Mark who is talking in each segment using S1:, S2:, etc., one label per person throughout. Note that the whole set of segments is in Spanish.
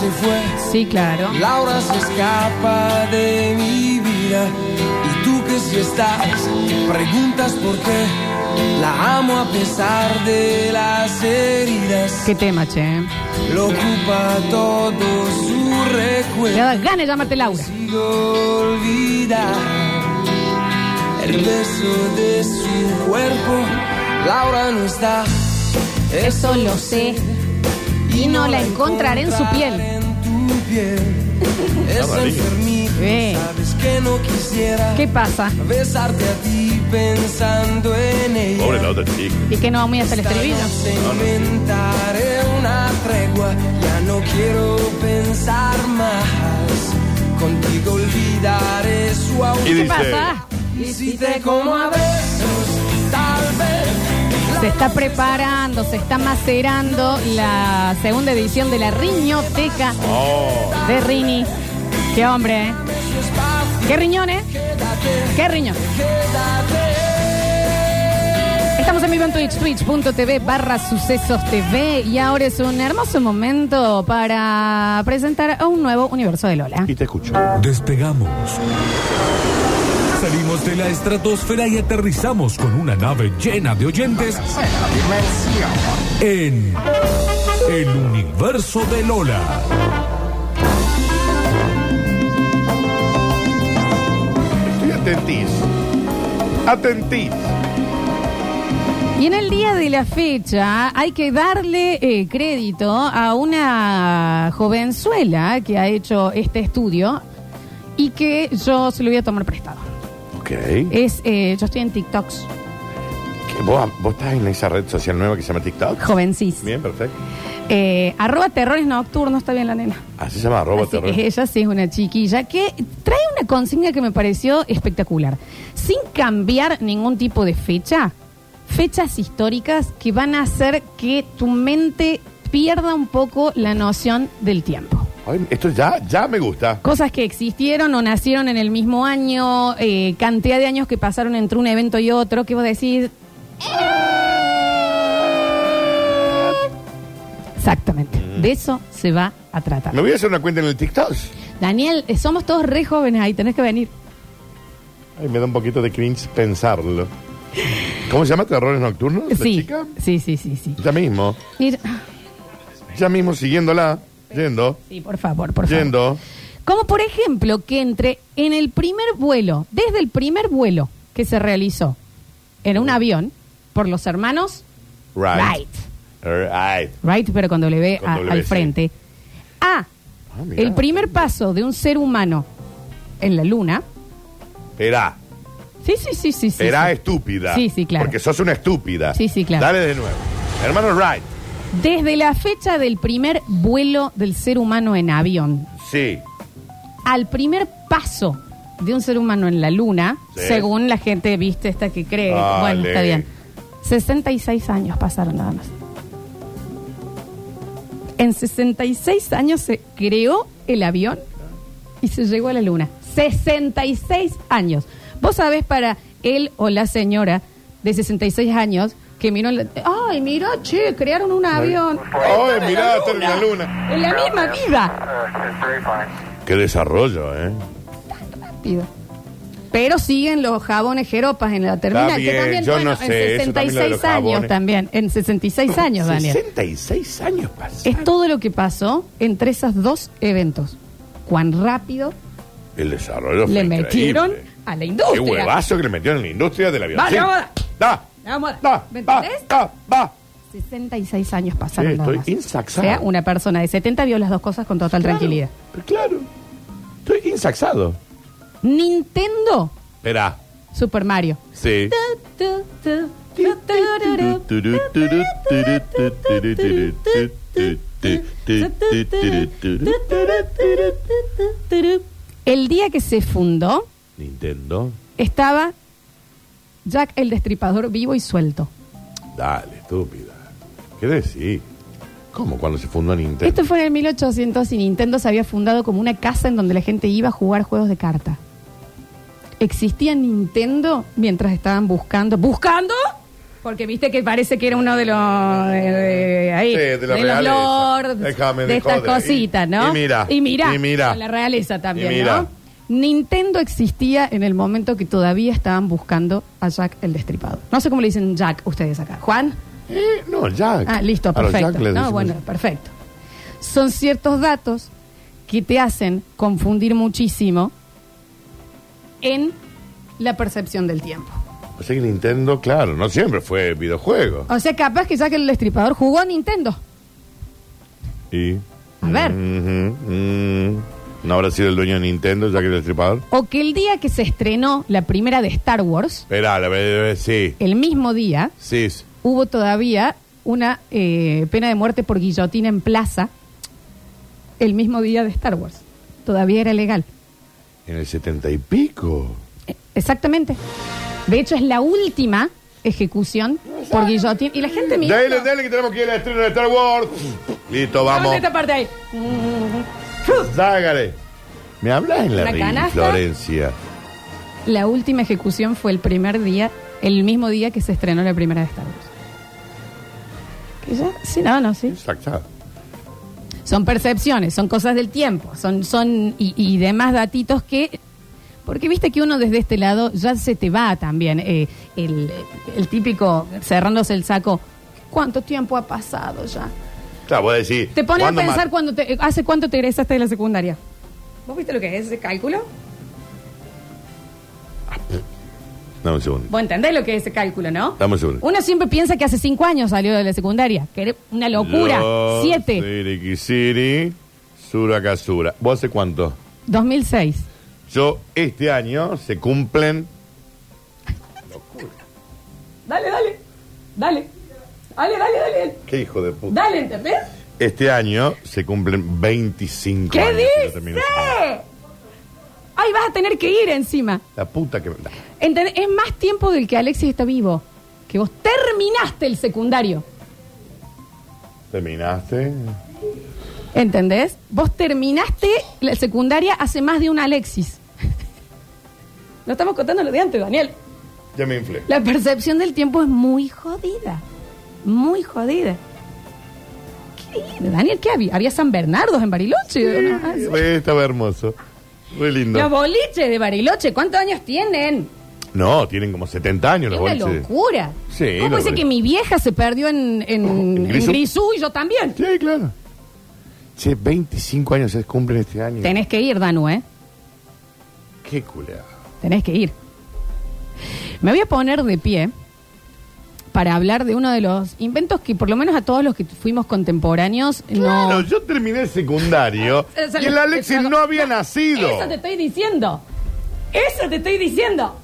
S1: se fue.
S2: Sí, claro.
S1: Laura se escapa de mi vida. Y tú que si estás, preguntas por qué. La amo a pesar de las heridas.
S2: Qué tema, che.
S1: Lo ocupa todo su
S2: Me
S1: recuerdo.
S2: da ganas de llamarte Laura.
S1: Sigo olvidar el beso de su cuerpo. Laura no está.
S2: Eso lo sé. Y no la encontraré en su piel.
S1: En tu piel. Es
S3: Estaba lindo.
S1: enfermizo,
S2: Eh.
S1: sabes que no quisiera
S2: ¿Qué pasa?
S1: besarte a ti pensando en ella.
S3: Pobre la Ah, otra chica.
S2: Y que no va muy hasta el
S1: Esta
S2: estribillo.
S1: noche inventaré una tregua, ya no quiero pensar más. Contigo olvidaré su
S3: Y
S1: ausencia.
S2: ¿Qué
S3: dice,
S2: pasa?
S1: Y si te como a besos, tal vez.
S2: Se está preparando, se está macerando la segunda edición de la riñoteca
S3: oh,
S2: de Rini. Qué hombre, ¿eh?
S1: Su espacio,
S2: Qué riñón, ¿eh?
S1: quédate,
S2: Qué riñón. Estamos en vivo en Twitch, twitch.tv barra sucesos TV. Y ahora es un hermoso momento para presentar a un nuevo universo de Lola.
S3: y te escucho.
S4: Despegamos. Salimos de la estratosfera y aterrizamos con una nave llena de oyentes en el universo de Lola.
S3: Estoy atentís. Atentís.
S2: Y en el día de la fecha hay que darle eh, crédito a una jovenzuela que ha hecho este estudio y que yo se lo voy a tomar prestado.
S3: Ok.
S2: Es, eh, yo estoy en TikToks,
S3: ¿Qué- ¿Vos, ¿Vos estás en esa red social nueva que se llama TikTok?
S2: jovencis.
S3: Bien, perfecto.
S2: Eh, arroba terrores nocturnos, está bien la nena.
S3: Así se llama arroba
S2: Así que
S3: terror.
S2: ella sí es una chiquilla que trae una consigna que me pareció espectacular. Sin cambiar ningún tipo de fecha, fechas históricas que van a hacer que tu mente pierda un poco la noción del tiempo.
S3: Ay, esto ya, ya me gusta.
S2: Cosas que existieron o nacieron en el mismo año, eh, cantidad de años que pasaron entre un evento y otro, que vos decís... Exactamente,
S3: Mm.
S2: de eso se va a tratar.
S3: Me voy a hacer una cuenta en el TikTok.
S2: Daniel, eh, somos todos re jóvenes ahí, tenés que venir.
S3: Ay, me da un poquito de cringe pensarlo. ¿Cómo se llama? ¿Terrores nocturnos? ¿La
S2: Sí,
S3: chica?
S2: sí, sí, sí, sí.
S3: Ya mismo.
S2: Ir-
S3: Ya mismo siguiéndola. Yendo.
S2: Sí, por favor, por favor.
S3: Yendo.
S2: Como por ejemplo que entre en el primer vuelo, desde el primer vuelo que se realizó en
S3: Mm.
S2: un avión por los hermanos
S3: Right.
S2: Wright,
S3: Right.
S2: Wright, pero con W,
S3: Con
S2: a-
S3: W,
S2: al
S3: sí.
S2: frente, a
S3: Ah, mirá.
S2: el primer paso de un ser humano en la luna.
S3: Esperá.
S2: Sí, sí, sí, sí, sí.
S3: Esperá,
S2: sí.
S3: estúpida.
S2: Sí, sí, claro.
S3: Porque sos una estúpida.
S2: Sí, sí, claro.
S3: Dale de nuevo. Hermano Wright.
S2: Desde la fecha del primer vuelo del ser humano en avión,
S3: Sí.
S2: al primer paso de un ser humano en la luna,
S3: Sí.
S2: según la gente, viste, esta que cree, que, bueno,
S3: Dale.
S2: está bien. 66 años pasaron nada más. En 66 años se creó el avión y se llegó a la luna. 66 años. Vos sabés para él o la señora de 66 años que miró, la- ay, mira, che, crearon un avión.
S3: Ay, mirá, está en Pues, la luna.
S2: En la misma vida.
S3: Qué desarrollo, ¿eh?
S2: Pido. Pero siguen los jabones jeropas en la terminal,
S3: Está
S2: que
S3: bien,
S2: también,
S3: yo
S2: bueno,
S3: no sé,
S2: en
S3: eso también
S2: 66
S3: lo de los
S2: años
S3: jabones.
S2: también, en 66 años, Daniel.
S3: 66 años pasaron.
S2: Es todo lo que pasó entre esos dos eventos. Cuán rápido
S3: El desarrollo fue
S2: le
S3: increíble.
S2: metieron a la
S3: Qué
S2: industria.
S3: huevazo que le metieron en la industria del avión.
S2: Vamos,
S3: Sí.
S2: vamos.
S3: Da.
S2: Vamos,
S3: Da.
S2: ¿me
S3: Va.
S2: entendés?
S3: Da. Va.
S2: 66 años pasaron.
S3: Sí,
S2: nada
S3: estoy
S2: más.
S3: insaxado.
S2: O sea, una persona de 70 vio las dos cosas con total tranquilidad.
S3: Claro, Claro. Estoy insaxado.
S2: Nintendo,
S3: Esperá.
S2: Super Mario.
S3: Sí.
S2: Tu, tu, tu, tu, tu, tu, tu. El día que se fundó
S3: Nintendo.
S2: estaba Jack el Destripador vivo y suelto.
S3: Dale, estúpida. ¿Qué decís? ¿Cómo cuando se fundó Nintendo?
S2: Esto fue en el 1800 y Nintendo se había fundado como una casa en donde la gente iba a jugar juegos de carta. Existía Nintendo mientras estaban buscando. ¿Buscando? Porque viste que parece que era uno de los. de- de- ahí,
S3: Sí, de la
S2: los
S3: realeza.
S2: lords.
S3: Déjame
S2: de
S3: de
S2: estas
S3: joder.
S2: cositas,
S3: Y-
S2: ¿no?
S3: y mira,
S2: Y mira.
S3: y mira.
S2: con La realeza también,
S3: Y mira.
S2: ¿no? Nintendo existía en el momento que todavía estaban buscando a Jack el Destripado. No sé cómo le dicen Jack ustedes acá. ¿Juan?
S3: Eh, no, Jack.
S2: Ah, listo,
S3: A los
S2: perfecto.
S3: Jack les
S2: No,
S3: decimos-
S2: bueno, perfecto. Son ciertos datos que te hacen confundir muchísimo en la percepción del tiempo.
S3: O sea que Nintendo, claro, no siempre fue videojuego.
S2: O sea, capaz que ya que el destripador jugó a Nintendo.
S3: Y.
S2: A ver.
S3: Ujú, mm. no habrá sido el dueño de Nintendo, Jack el Destripador.
S2: O que el día que se estrenó la primera de Star Wars,
S3: Espera, la verdad, sí.
S2: el mismo día,
S3: Sí. sí.
S2: hubo todavía una eh, pena de muerte por guillotina en plaza, el mismo día de Star Wars. Todavía era legal.
S3: En el setenta y pico.
S2: Eh, Exactamente. De hecho, es la última ejecución por guillotina. Y la gente mira.
S3: Dale, dale, que tenemos que ir al estreno de Star Wars. Listo, vamos.
S2: esta parte ahí.
S3: Dágale. ¿Me hablas en la
S2: Una
S3: ri-
S2: canasta.
S3: Florencia?
S2: La última ejecución fue el primer día, el mismo día que se estrenó la primera de Star Wars. ¿Que ya? Sí, no, no, sí.
S3: Exacto.
S2: Son percepciones, son cosas del tiempo, son, son y, y demás datitos que... Porque viste que uno desde este lado ya se te va también eh, el, el típico cerrándose el saco. ¿Cuánto tiempo ha pasado ya?
S3: Claro, voy a decir.
S2: Te pones a
S3: ¿cuándo
S2: pensar
S3: más?
S2: cuando te, eh, hace cuánto te egresaste de la secundaria. ¿Vos viste lo que es ese cálculo?
S3: Dame un segundo.
S2: Vos entendés lo que es ese cálculo, ¿no?
S3: Dame un segundo.
S2: Uno siempre piensa que hace cinco años salió de la secundaria, que era una locura.
S3: Los
S2: Siete.
S3: Siriquisiri, Suracasura. ¿Vos hace cuánto?
S2: 2006.
S3: Yo, este año, se cumplen.
S2: Dale, dale. Dale. Dale, dale, dale.
S3: ¿Qué hijo de puta?
S2: Dale, ¿entendés?
S3: Este año se cumplen 25
S2: ¿Qué
S3: años. que yo terminé
S2: dice?
S3: esta-
S2: Ay, vas a tener que ir encima.
S3: La puta que me da.
S2: ¿Entendés? Es más tiempo del que Alexis está vivo. Que vos terminaste el secundario.
S3: ¿Terminaste?
S2: ¿Entendés? Vos terminaste la secundaria hace más de un Alexis. No estamos contando lo de antes, Daniel.
S3: Ya me inflé.
S2: La percepción del tiempo es muy jodida. Muy jodida. ¿Qué? Daniel, ¿qué había? ¿Había San Bernardo en Bariloche? ¿No? Ah, sí.
S3: Eh, Estaba hermoso. Muy lindo.
S2: Los boliches de Bariloche, ¿cuántos años tienen?
S3: No, tienen como 70 años
S2: Es
S3: los
S2: una
S3: bolches.
S2: locura.
S3: Sí,
S2: ¿Cómo
S3: los
S2: dice
S3: boliches.
S2: que mi vieja se perdió en, en,
S3: ¿En
S2: en
S3: Grisú?
S2: Grisú y yo también?
S3: Sí, claro. Che, 25 años se cumplen este año.
S2: Tenés que ir, Danu, ¿eh?
S3: Qué culea.
S2: Tenés que ir. Me voy a poner de pie para hablar de uno de los inventos que por lo menos a todos los que fuimos contemporáneos no...
S3: Claro, yo terminé el secundario
S2: Eso
S3: y
S2: lo-
S3: el Alexis
S2: eso-
S3: no había nacido.
S2: Eso te estoy diciendo. Eso te estoy diciendo.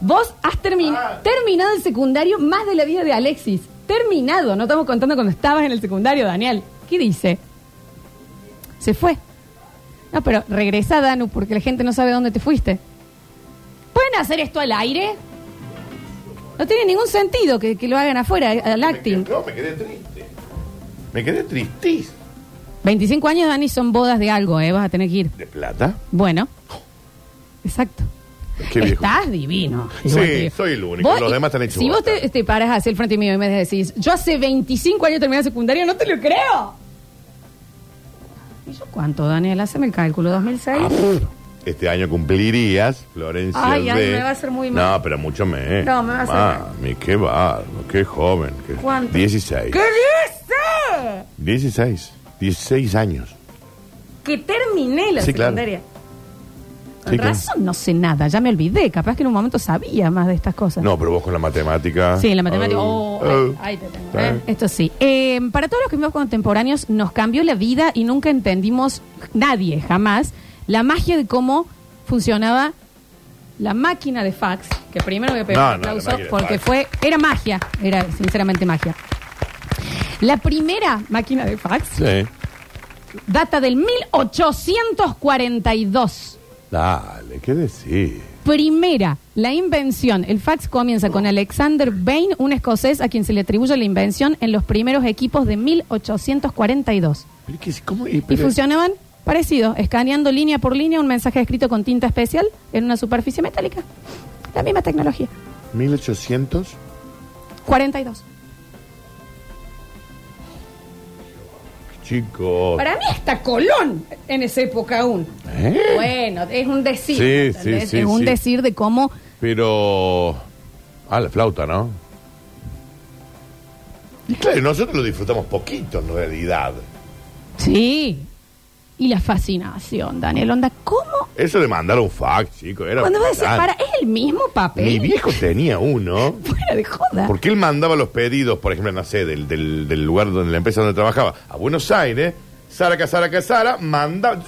S2: Vos has termi-
S3: Ah.
S2: terminado el secundario más de la vida de Alexis. Terminado. No estamos contando cuando estabas en el secundario, Daniel. ¿Qué dice? Se fue. No, pero regresa, Danu, porque la gente no sabe dónde te fuiste. ¿Pueden hacer esto al aire? No tiene ningún sentido que, que lo hagan afuera, al
S3: Me quedé-
S2: acting.
S3: No, me quedé triste. Me quedé tristísimo.
S2: 25 años, Dani, son bodas de algo, ¿eh? Vas a tener que ir.
S3: ¿De plata?
S2: Bueno. Exacto.
S3: Qué viejo.
S2: Estás divino.
S3: Sí,
S2: Igual que yo.
S3: soy el único, los demás están hechos
S2: Si vos
S3: bosta.
S2: te, te paras hacia el frente mío y me decís, yo hace 25 años terminé la secundaria, no te lo creo. ¿Y yo cuánto, Daniel? Haceme el cálculo,
S3: Ah,
S2: ¿2006?
S3: pff. Este año cumplirías, Florencia.
S2: Ay, ay,
S3: de-
S2: me va a hacer muy mal.
S3: No, pero mucho menos.
S2: No, me va a hacer mal.
S3: Mami, qué bárbaro, qué joven. Qué...
S2: ¿Cuánto?
S3: 16.
S2: ¿Qué dice?
S3: 16. 16 años.
S2: Que terminé la
S3: Sí, claro.
S2: secundaria. Con
S3: Sí, claro.
S2: razón no sé nada, ya me olvidé. Capaz que en un momento sabía más de estas cosas.
S3: No, pero vos con la matemática.
S2: Sí, la matemática.
S3: Oh,
S2: Oh, ahí,
S3: oh.
S2: ahí te tengo,
S3: Ah.
S2: ¿eh? Esto sí. Eh, para todos los que vivimos contemporáneos, nos cambió la vida y nunca entendimos, nadie jamás, la magia de cómo funcionaba la máquina de fax. Que primero voy a pedir
S3: No,
S2: un
S3: no, la
S2: aplauso
S3: máquina de
S2: porque
S3: fax.
S2: fue, era magia, era sinceramente magia. La primera máquina de fax
S3: Sí.
S2: data del 1842.
S3: Dale, ¿qué decir?
S2: Primera, la invención. El fax comienza con Alexander Bain, un escocés a quien se le atribuye la invención en los primeros equipos de 1842.
S3: Pero que si- ¿Cómo? Y,
S2: Y
S3: pero-
S2: funcionaban parecido, escaneando línea por línea un mensaje escrito con tinta especial en una superficie metálica. La misma tecnología.
S3: 1800.
S2: 42.
S3: Chicos.
S2: Para mí está Colón en esa época aún.
S3: ¿Eh?
S2: Bueno, es un decir.
S3: Sí,
S2: ¿entendés?
S3: sí, sí,
S2: es un
S3: sí.
S2: decir de cómo
S3: Pero. Ah, la flauta, ¿no? Y claro, nosotros lo disfrutamos poquito en realidad.
S2: Sí. Y la fascinación, Daniel. Onda, ¿cómo?
S3: Eso de mandar un fax, chico, era.
S2: Cuando vos decís,
S3: bacán.
S2: para, es el mismo papel.
S3: Mi viejo tenía uno.
S2: Fuera de joda.
S3: Porque él mandaba los pedidos, por ejemplo, no sé, del, del, del lugar donde la empresa donde trabajaba, a Buenos Aires, Sara Casara Casara, mandaba.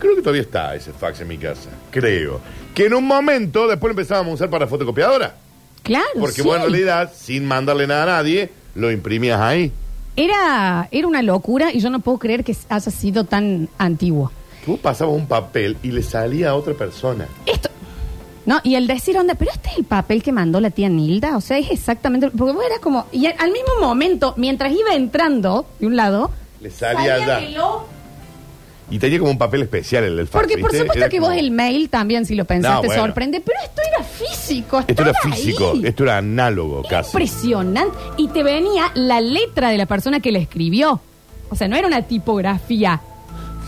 S3: Creo que todavía está ese fax en mi casa. Creo. Que en un momento después lo empezábamos a usar para fotocopiadora.
S2: Claro.
S3: Porque
S2: sí.
S3: vos en realidad, sin mandarle nada a nadie, lo imprimías ahí.
S2: Era, era una locura y yo no puedo creer que haya sido tan antiguo.
S3: Tú pasabas un papel y le salía a otra persona.
S2: Esto. No, y el decir, onda, pero este es el papel que mandó la tía Nilda. O sea, es exactamente. Porque vos eras como. Y al- al mismo momento, mientras iba entrando de un lado.
S3: Le salía
S2: salía
S3: allá.
S2: del otro.
S3: Y tenía como un papel especial el del fax.
S2: Porque por
S3: ¿viste?
S2: supuesto
S3: Era
S2: que
S3: como-
S2: vos el mail también, si lo pensás,
S3: No,
S2: te
S3: bueno.
S2: sorprende. Pero esto era físico.
S3: Esto era
S2: estaba
S3: físico,
S2: ahí.
S3: esto era análogo casi.
S2: Impresionante. Y te venía la letra de la persona que la escribió. O sea, no era una tipografía.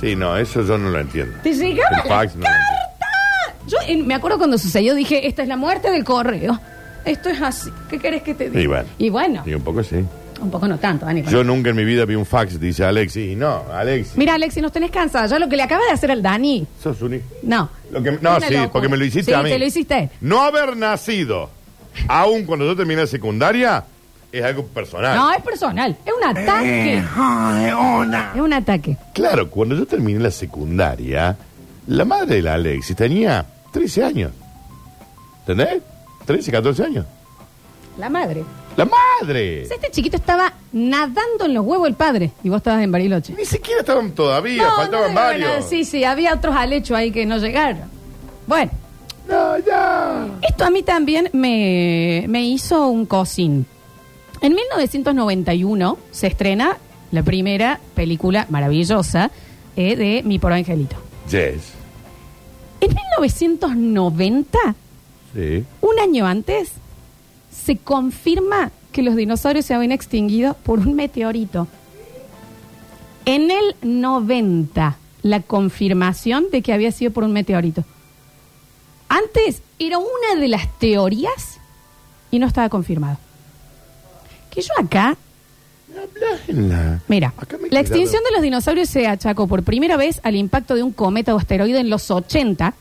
S3: Sí, no, eso yo no lo entiendo.
S2: Te llegaba
S3: El
S2: la
S3: fax no lo entiendo.
S2: carta. Yo en- me acuerdo cuando sucedió, dije, esta es la muerte del correo. Esto es así. ¿Qué querés que te diga?
S3: Y bueno.
S2: Y bueno,
S3: Y un poco sí.
S2: un poco no tanto, Dani.
S3: Yo nunca en mi vida vi un fax, dice Alexis. Y no, Alexis.
S2: Mira, Alexi, nos tenés cansada. Ya lo que le acaba de hacer al Dani.
S3: Sos un hijo.
S2: No.
S3: Lo que- no,
S2: Una
S3: sí,
S2: locura.
S3: porque me lo hiciste
S2: Sí,
S3: a mí.
S2: te lo hiciste.
S3: No haber nacido, aún cuando yo terminé la secundaria, es algo personal.
S2: No, es personal. Es un ataque. Es un ataque.
S3: Claro, cuando yo terminé la secundaria, la madre de la Alexis tenía 13 años. ¿Entendés? 13, 14 años.
S2: La madre.
S3: ¡La madre!
S2: O sea, este chiquito estaba nadando en los huevos el padre y vos estabas en Bariloche.
S3: Ni siquiera estaban todavía, faltaban
S2: llegaba
S3: varios.
S2: nada. Sí, sí, había otros al hecho ahí que no llegaron. Bueno,
S3: No, ya.
S2: esto a mí también me, me hizo un cosín. En 1991 se estrena la primera película maravillosa eh, de Mi Poro Angelito.
S3: Yes.
S2: En 1990,
S3: Sí.
S2: un año antes, se confirma que los dinosaurios se habían extinguido por un meteorito. En el 90, la confirmación de que había sido por un meteorito. Antes era una de las teorías y no estaba confirmado. Que yo acá,
S3: Hablájenla.
S2: mira,
S3: Acá me
S2: la
S3: quedaron.
S2: extinción de los dinosaurios se achacó por primera vez al impacto de un cometa o asteroide en los 80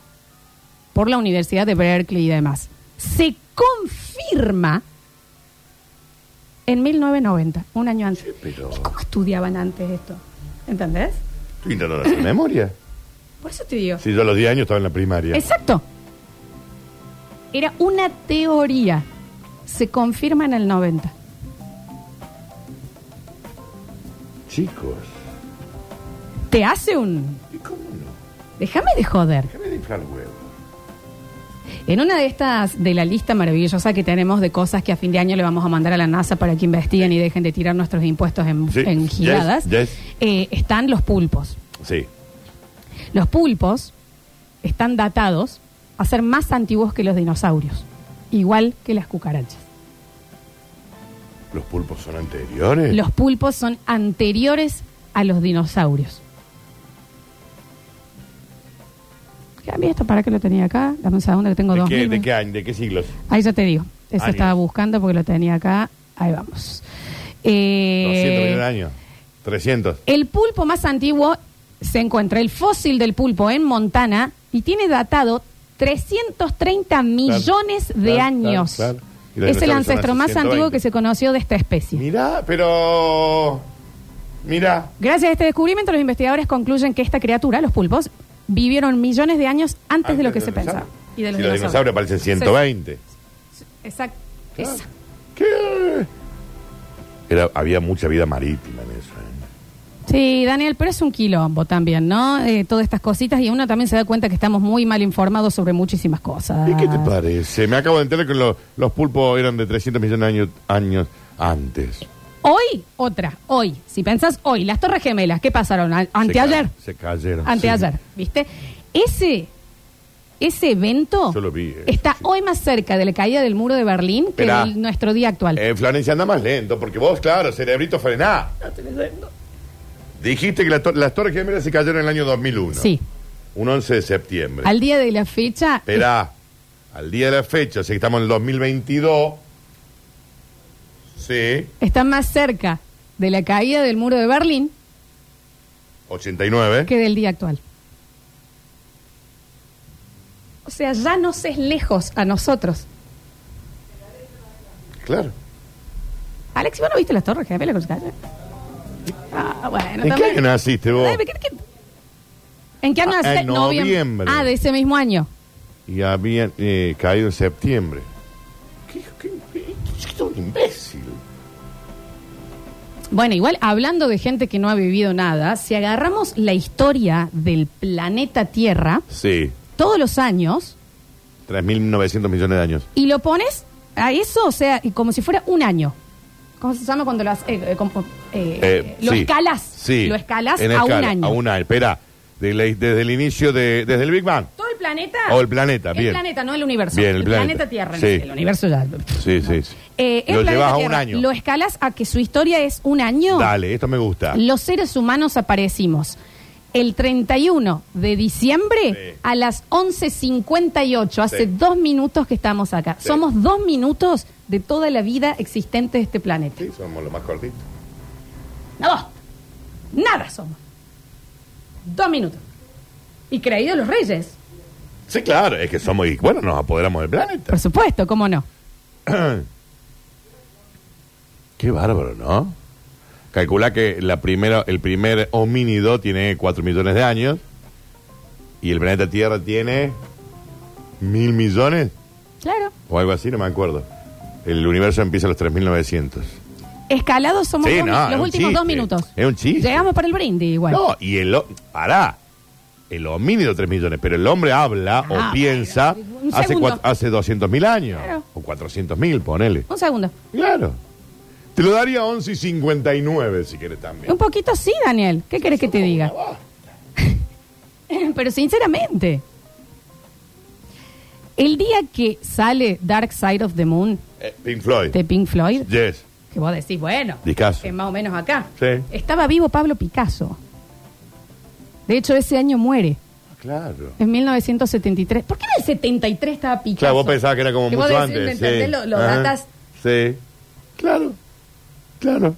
S2: por la Universidad de Berkeley y demás. Se confirma en 1990, un año antes.
S3: Sí, pero-
S2: ¿Y cómo estudiaban antes esto? ¿Entendés?
S3: Estoy intentando hacer memoria.
S2: Por eso te digo.
S3: Sí, yo a los 10 años estaba en la primaria.
S2: Exacto. Era una teoría. Se confirma en el 90.
S3: Chicos.
S2: Te hace un...
S3: ¿Y cómo no?
S2: Déjame de joder.
S3: Déjame de inflar huevos.
S2: En una de estas, de la lista maravillosa que tenemos de cosas que a fin de año le vamos a mandar a la NASA para que investiguen y dejen de tirar nuestros impuestos en,
S3: Sí,
S2: en
S3: yes,
S2: giladas,
S3: yes.
S2: eh, están los pulpos.
S3: Sí.
S2: Los pulpos están datados a ser más antiguos que los dinosaurios, igual que las cucarachas.
S3: ¿Los pulpos son anteriores?
S2: Los pulpos son anteriores a los dinosaurios. A mí esto para que lo tenía acá, dame un segundo que tengo
S3: ¿De
S2: dos.
S3: qué,
S2: mil.
S3: ¿De qué año? ¿De qué siglos?
S2: Ahí ya te digo, eso
S3: Años.
S2: estaba buscando porque lo tenía acá, ahí vamos. Eh,
S3: 200 millones de años. 300.
S2: el pulpo más antiguo se encuentra, el fósil del pulpo en Montana y tiene datado 330 millones de
S3: claro,
S2: años.
S3: claro, claro. Y los
S2: Es el
S3: dinosaurios
S2: ancestro
S3: son hace
S2: más antiguo
S3: 120.
S2: que se conoció de esta especie.
S3: Mirá, pero. Mirá.
S2: Gracias a este descubrimiento, los investigadores concluyen que esta criatura, los pulpos, vivieron millones de años antes, de lo que
S3: los
S2: se pensaba.
S3: dinosaurios.
S2: Y de los
S3: si los dinosaurios parecen 120.
S2: Exacto.
S3: Claro.
S2: Esa.
S3: ¿Qué? Era, había mucha vida marítima en eso. ¿eh?
S2: Sí, Daniel, pero es un quilombo también, ¿no? Eh, todas estas cositas y uno también se da cuenta que estamos muy mal informados sobre muchísimas cosas.
S3: ¿Y qué te parece? Me acabo de enterar que lo- los pulpos eran de 300 millones de años, años antes.
S2: Hoy, otra, hoy. Si pensás hoy, las Torres Gemelas, ¿qué pasaron? Al-
S3: Se
S2: Anteayer.
S3: ca- Se cayeron.
S2: Anteayer,
S3: sí.
S2: ¿viste? Ese ese evento
S3: Yo lo vi, eh.
S2: está hoy más cerca de la caída del muro de Berlín que
S3: Esperá.
S2: de nuestro día actual.
S3: Eh, Florencia, anda más lento, porque vos, claro, cerebrito frená. Dijiste que la to- las Torres Gemelas se cayeron en el año 2001.
S2: Sí.
S3: Un 11 de septiembre.
S2: Al día de la fecha,
S3: Esperá, al día de la fecha, o sea que estamos en el 2022. Sí,
S2: está más cerca de la caída del muro de Berlín
S3: 89.
S2: que del día actual. O sea, ya nos es lejos a nosotros.
S3: Claro.
S2: Alex, ¿vos no viste las torres gemelas con su calle? Ah, bueno.
S3: ¿En qué
S2: también.
S3: año naciste vos?
S2: Ay, ¿qué- qué- ¿En qué año
S3: Ah,
S2: nace?
S3: en noviembre.
S2: Ah, de ese mismo año.
S3: Y habían eh, caído en septiembre. ¿Qué, qué, qué- qué- un imbécil?
S2: Bueno, igual hablando de gente que no ha vivido nada, si agarramos la historia del planeta Tierra
S3: Sí,
S2: todos los años
S3: 3.900 millones de años.
S2: y lo pones a eso, o sea, y como si fuera un año. ¿Cómo se llama cuando lo haces? Eh, eh, como, eh,
S3: Eh,
S2: lo
S3: sí.
S2: escalas.
S3: Sí.
S2: Lo escalas
S3: En
S2: a un
S3: escala,
S2: año.
S3: A un año. Espera, de la- desde el inicio, de, desde el Big Bang.
S2: Todo el planeta.
S3: O Oh, el planeta,
S2: El
S3: bien.
S2: planeta, no el universo.
S3: Bien, el planeta.
S2: Tierra.
S3: Sí.
S2: El universo ya.
S3: Sí, sí, sí.
S2: Eh, el
S3: Lo
S2: planeta
S3: llevas a un
S2: Tierra,
S3: año.
S2: Lo escalas a que su historia es un año.
S3: Dale, esto me gusta.
S2: Los seres humanos aparecimos el 31 de diciembre
S3: Sí.
S2: a las 11.58, hace
S3: Sí.
S2: dos minutos que estamos acá.
S3: Sí.
S2: Somos dos minutos de toda la vida existente de este planeta.
S3: Sí, somos los más cortitos.
S2: No, bosta. nada somos. Dos minutos. Y creído los reyes.
S3: Sí, claro, es que somos. y bueno, nos apoderamos del planeta.
S2: Por supuesto, ¿cómo no?
S3: Qué bárbaro, ¿no? Calcula que la primera, el primer homínido tiene 4 millones de años y el planeta Tierra tiene mil millones
S2: Claro.
S3: o algo así, no me acuerdo. El universo empieza a los 3.900.
S2: Escalados somos
S3: Sí,
S2: dos-
S3: no, es
S2: los
S3: un
S2: últimos dos
S3: chiste.
S2: minutos.
S3: Es un chiste.
S2: Llegamos para el brindis igual.
S3: No, y el. ho- Pará. El homínido 3 millones, pero el hombre habla
S2: Ah,
S3: o piensa
S2: bueno, un
S3: hace,
S2: segundo.
S3: cuat- hace 200.000 años.
S2: Claro.
S3: O 400.000, ponele.
S2: Un segundo.
S3: Claro. Te lo daría 11 y 59 si quieres
S2: Un
S3: también.
S2: poquito sí, Daniel. ¿Qué querés que te diga? Pero sinceramente, el día que sale Dark Side of the Moon
S3: Eh, Pink Floyd.
S2: de Pink Floyd,
S3: Yes.
S2: que vos decís, bueno,
S3: Discaso.
S2: es más o menos acá.
S3: Sí.
S2: Estaba vivo Pablo Picasso. De hecho, ese año muere,
S3: Claro.
S2: en 1973. ¿Por qué en el 73 estaba Picasso?
S3: Claro, vos pensabas que era como
S2: Que
S3: mucho
S2: vos decís, ¿me
S3: antes.
S2: entendés? Lo- lo
S3: Ajá.
S2: datas.
S3: Sí. Claro. Claro.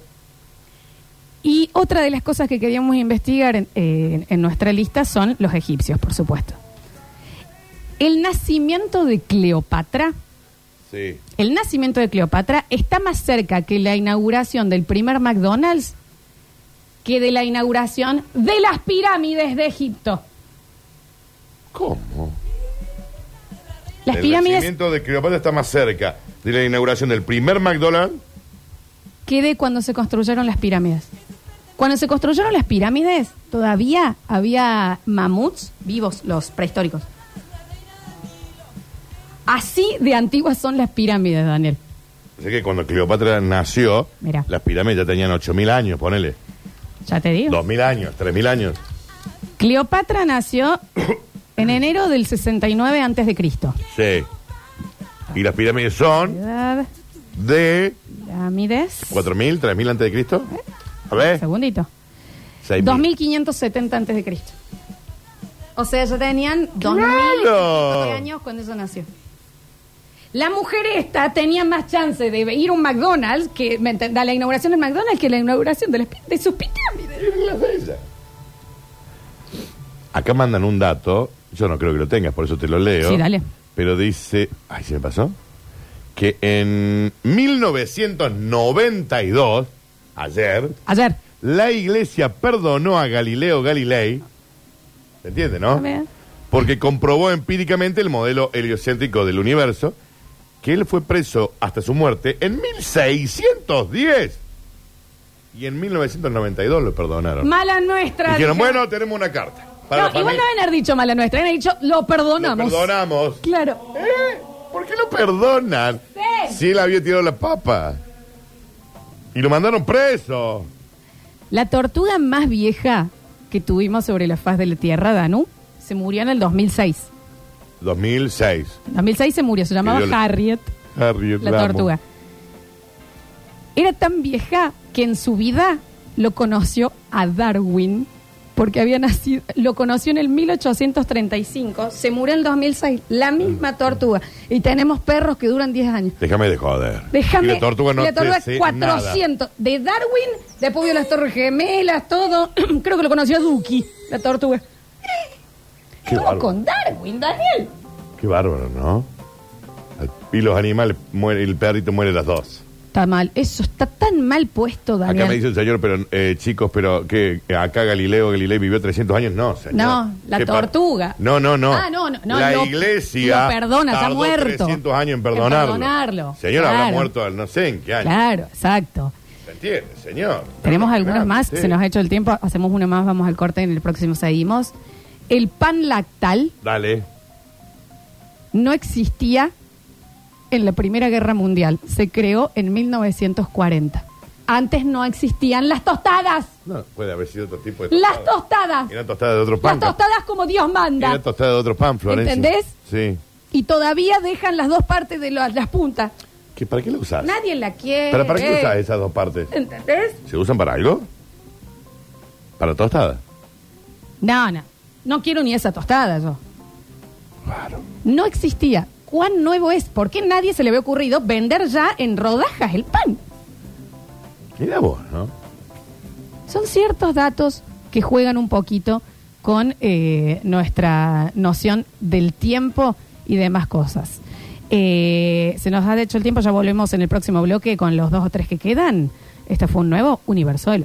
S2: Y otra de las cosas que queríamos investigar en, en- en nuestra lista son los egipcios, por supuesto. El nacimiento de Cleopatra,
S3: Sí.
S2: el nacimiento de Cleopatra está más cerca que la inauguración del primer McDonald's que de la inauguración de las pirámides de Egipto.
S3: ¿Cómo?
S2: Las
S3: el
S2: pirámides
S3: nacimiento de Cleopatra está más cerca de la inauguración del primer McDonald's.
S2: que de cuando se construyeron las pirámides. Cuando se construyeron las pirámides, todavía había mamuts vivos, los prehistóricos. Así de antiguas son las pirámides, Daniel.
S3: Así que cuando Cleopatra nació,
S2: Mirá.
S3: las pirámides ya tenían 8.000 años, ponele.
S2: Ya te digo.
S3: 2.000 años, 3.000 años.
S2: Cleopatra nació en enero del 69 antes de Cristo.
S3: Sí. Y las pirámides son
S2: Edad,
S3: de
S2: Pirámides.
S3: 4.000, 3.000 antes de Cristo. A ver.
S2: Segundito.
S3: 6.000.
S2: 2570 antes de Cristo. O sea, ya tenían 2000
S3: ¡Claro!
S2: de años cuando ella nació. La mujer esta tenía más chance de ir a un McDonald's que ¿me enten- a la inauguración del McDonald's que la inauguración de, las pi- de sus pirámides.
S3: Acá mandan un dato, yo no creo que lo tengas, por eso te lo leo.
S2: Sí, dale.
S3: Pero dice, ay, se me pasó, que en 1992, ayer,
S2: Ayer.
S3: la iglesia perdonó a Galileo Galilei, ¿se entiende,
S2: A
S3: no?
S2: ver.
S3: Porque comprobó empíricamente el modelo heliocéntrico del universo, que él fue preso hasta su muerte en 1610. Y en 1992 lo perdonaron.
S2: Mala nuestra.
S3: Dijeron,
S2: dijeron.
S3: bueno, tenemos una carta. Para
S2: No, igual
S3: la
S2: no
S3: familia.
S2: deben haber dicho mala nuestra, deben haber dicho lo
S3: Lo
S2: perdonamos.
S3: perdonamos.
S2: Claro.
S3: ¿Eh? ¿Por qué lo perdonan?
S2: Sí.
S3: Si él había tirado la papa. Y lo mandaron preso.
S2: La tortuga más vieja que tuvimos sobre la faz de la Tierra, Danú, se murió en el 2006.
S3: 2006.
S2: 2006 se murió, se llamaba
S3: Murió la-
S2: Harriet,
S3: Harriet
S2: la
S3: Lamour.
S2: tortuga. Era tan vieja que en su vida lo conoció a Darwin, porque había nacido, lo conoció en el 1835, se murió en el 2006, la
S3: Mm.
S2: misma tortuga. Y tenemos perros que duran 10 años.
S3: Déjame de joder.
S2: Déjame.
S3: Y la tortuga no
S2: la tortuga
S3: te sé
S2: 400. De Darwin, después vio las Torres Gemelas, todo. Creo que lo conoció a Duki, la tortuga.
S3: Qué
S2: Todo
S3: bárbaro.
S2: con Darwin, Daniel.
S3: nada. Qué bárbaro, ¿no? Y los animales mueren, el perrito muere las dos.
S2: Está mal. Eso está tan mal puesto, Daniel.
S3: Acá me dice el señor, pero eh, chicos, pero que acá Galileo Galilei vivió 300 años, no, señor.
S2: No, la
S3: Qué par-
S2: tortuga.
S3: No, no, no.
S2: Ah, no, no, no,
S3: La
S2: lo-
S3: iglesia.
S2: lo perdona, está
S3: tardó
S2: muerto.
S3: 300 años en
S2: En
S3: perdonarlo.
S2: perdonarlo,
S3: Señor, habrá
S2: claro.
S3: muerto al no sé en qué año.
S2: Claro, exacto.
S3: ¿Se entiende, señor?
S2: Tenemos
S3: Claro,
S2: algunos
S3: claro,
S2: más,
S3: sí.
S2: se nos ha hecho el tiempo. Hacemos uno más, vamos al corte, en el próximo seguimos. El pan lactal
S3: Dale.
S2: no existía en la Primera Guerra Mundial. Se creó en 1940. Antes no existían las tostadas.
S3: No, puede haber sido otro tipo de
S2: Las
S3: tostada.
S2: tostadas.
S3: Era tostada de otro pan.
S2: Las tostadas como Dios manda.
S3: Era tostada de otro pan, Florencia.
S2: ¿Entendés?
S3: Sí.
S2: Y todavía dejan las dos partes de las, las puntas.
S3: ¿Qué- ¿Para qué la usas?
S2: Nadie la quiere.
S3: ¿Pero para qué usas esas dos partes?
S2: ¿Entendés?
S3: ¿Se usan para algo? ¿Para tostada?
S2: No, no. No quiero ni esa tostada yo.
S3: Claro.
S2: No existía. ¿Cuán nuevo es? ¿Por qué nadie se le había ocurrido vender ya en rodajas el pan?
S3: Mira vos, ¿no?
S2: Son ciertos datos que juegan un poquito con eh, nuestra noción del tiempo y demás cosas. Eh, se nos ha hecho el tiempo, ya volvemos en el próximo bloque con los dos o tres que quedan. Este fue un nuevo universo del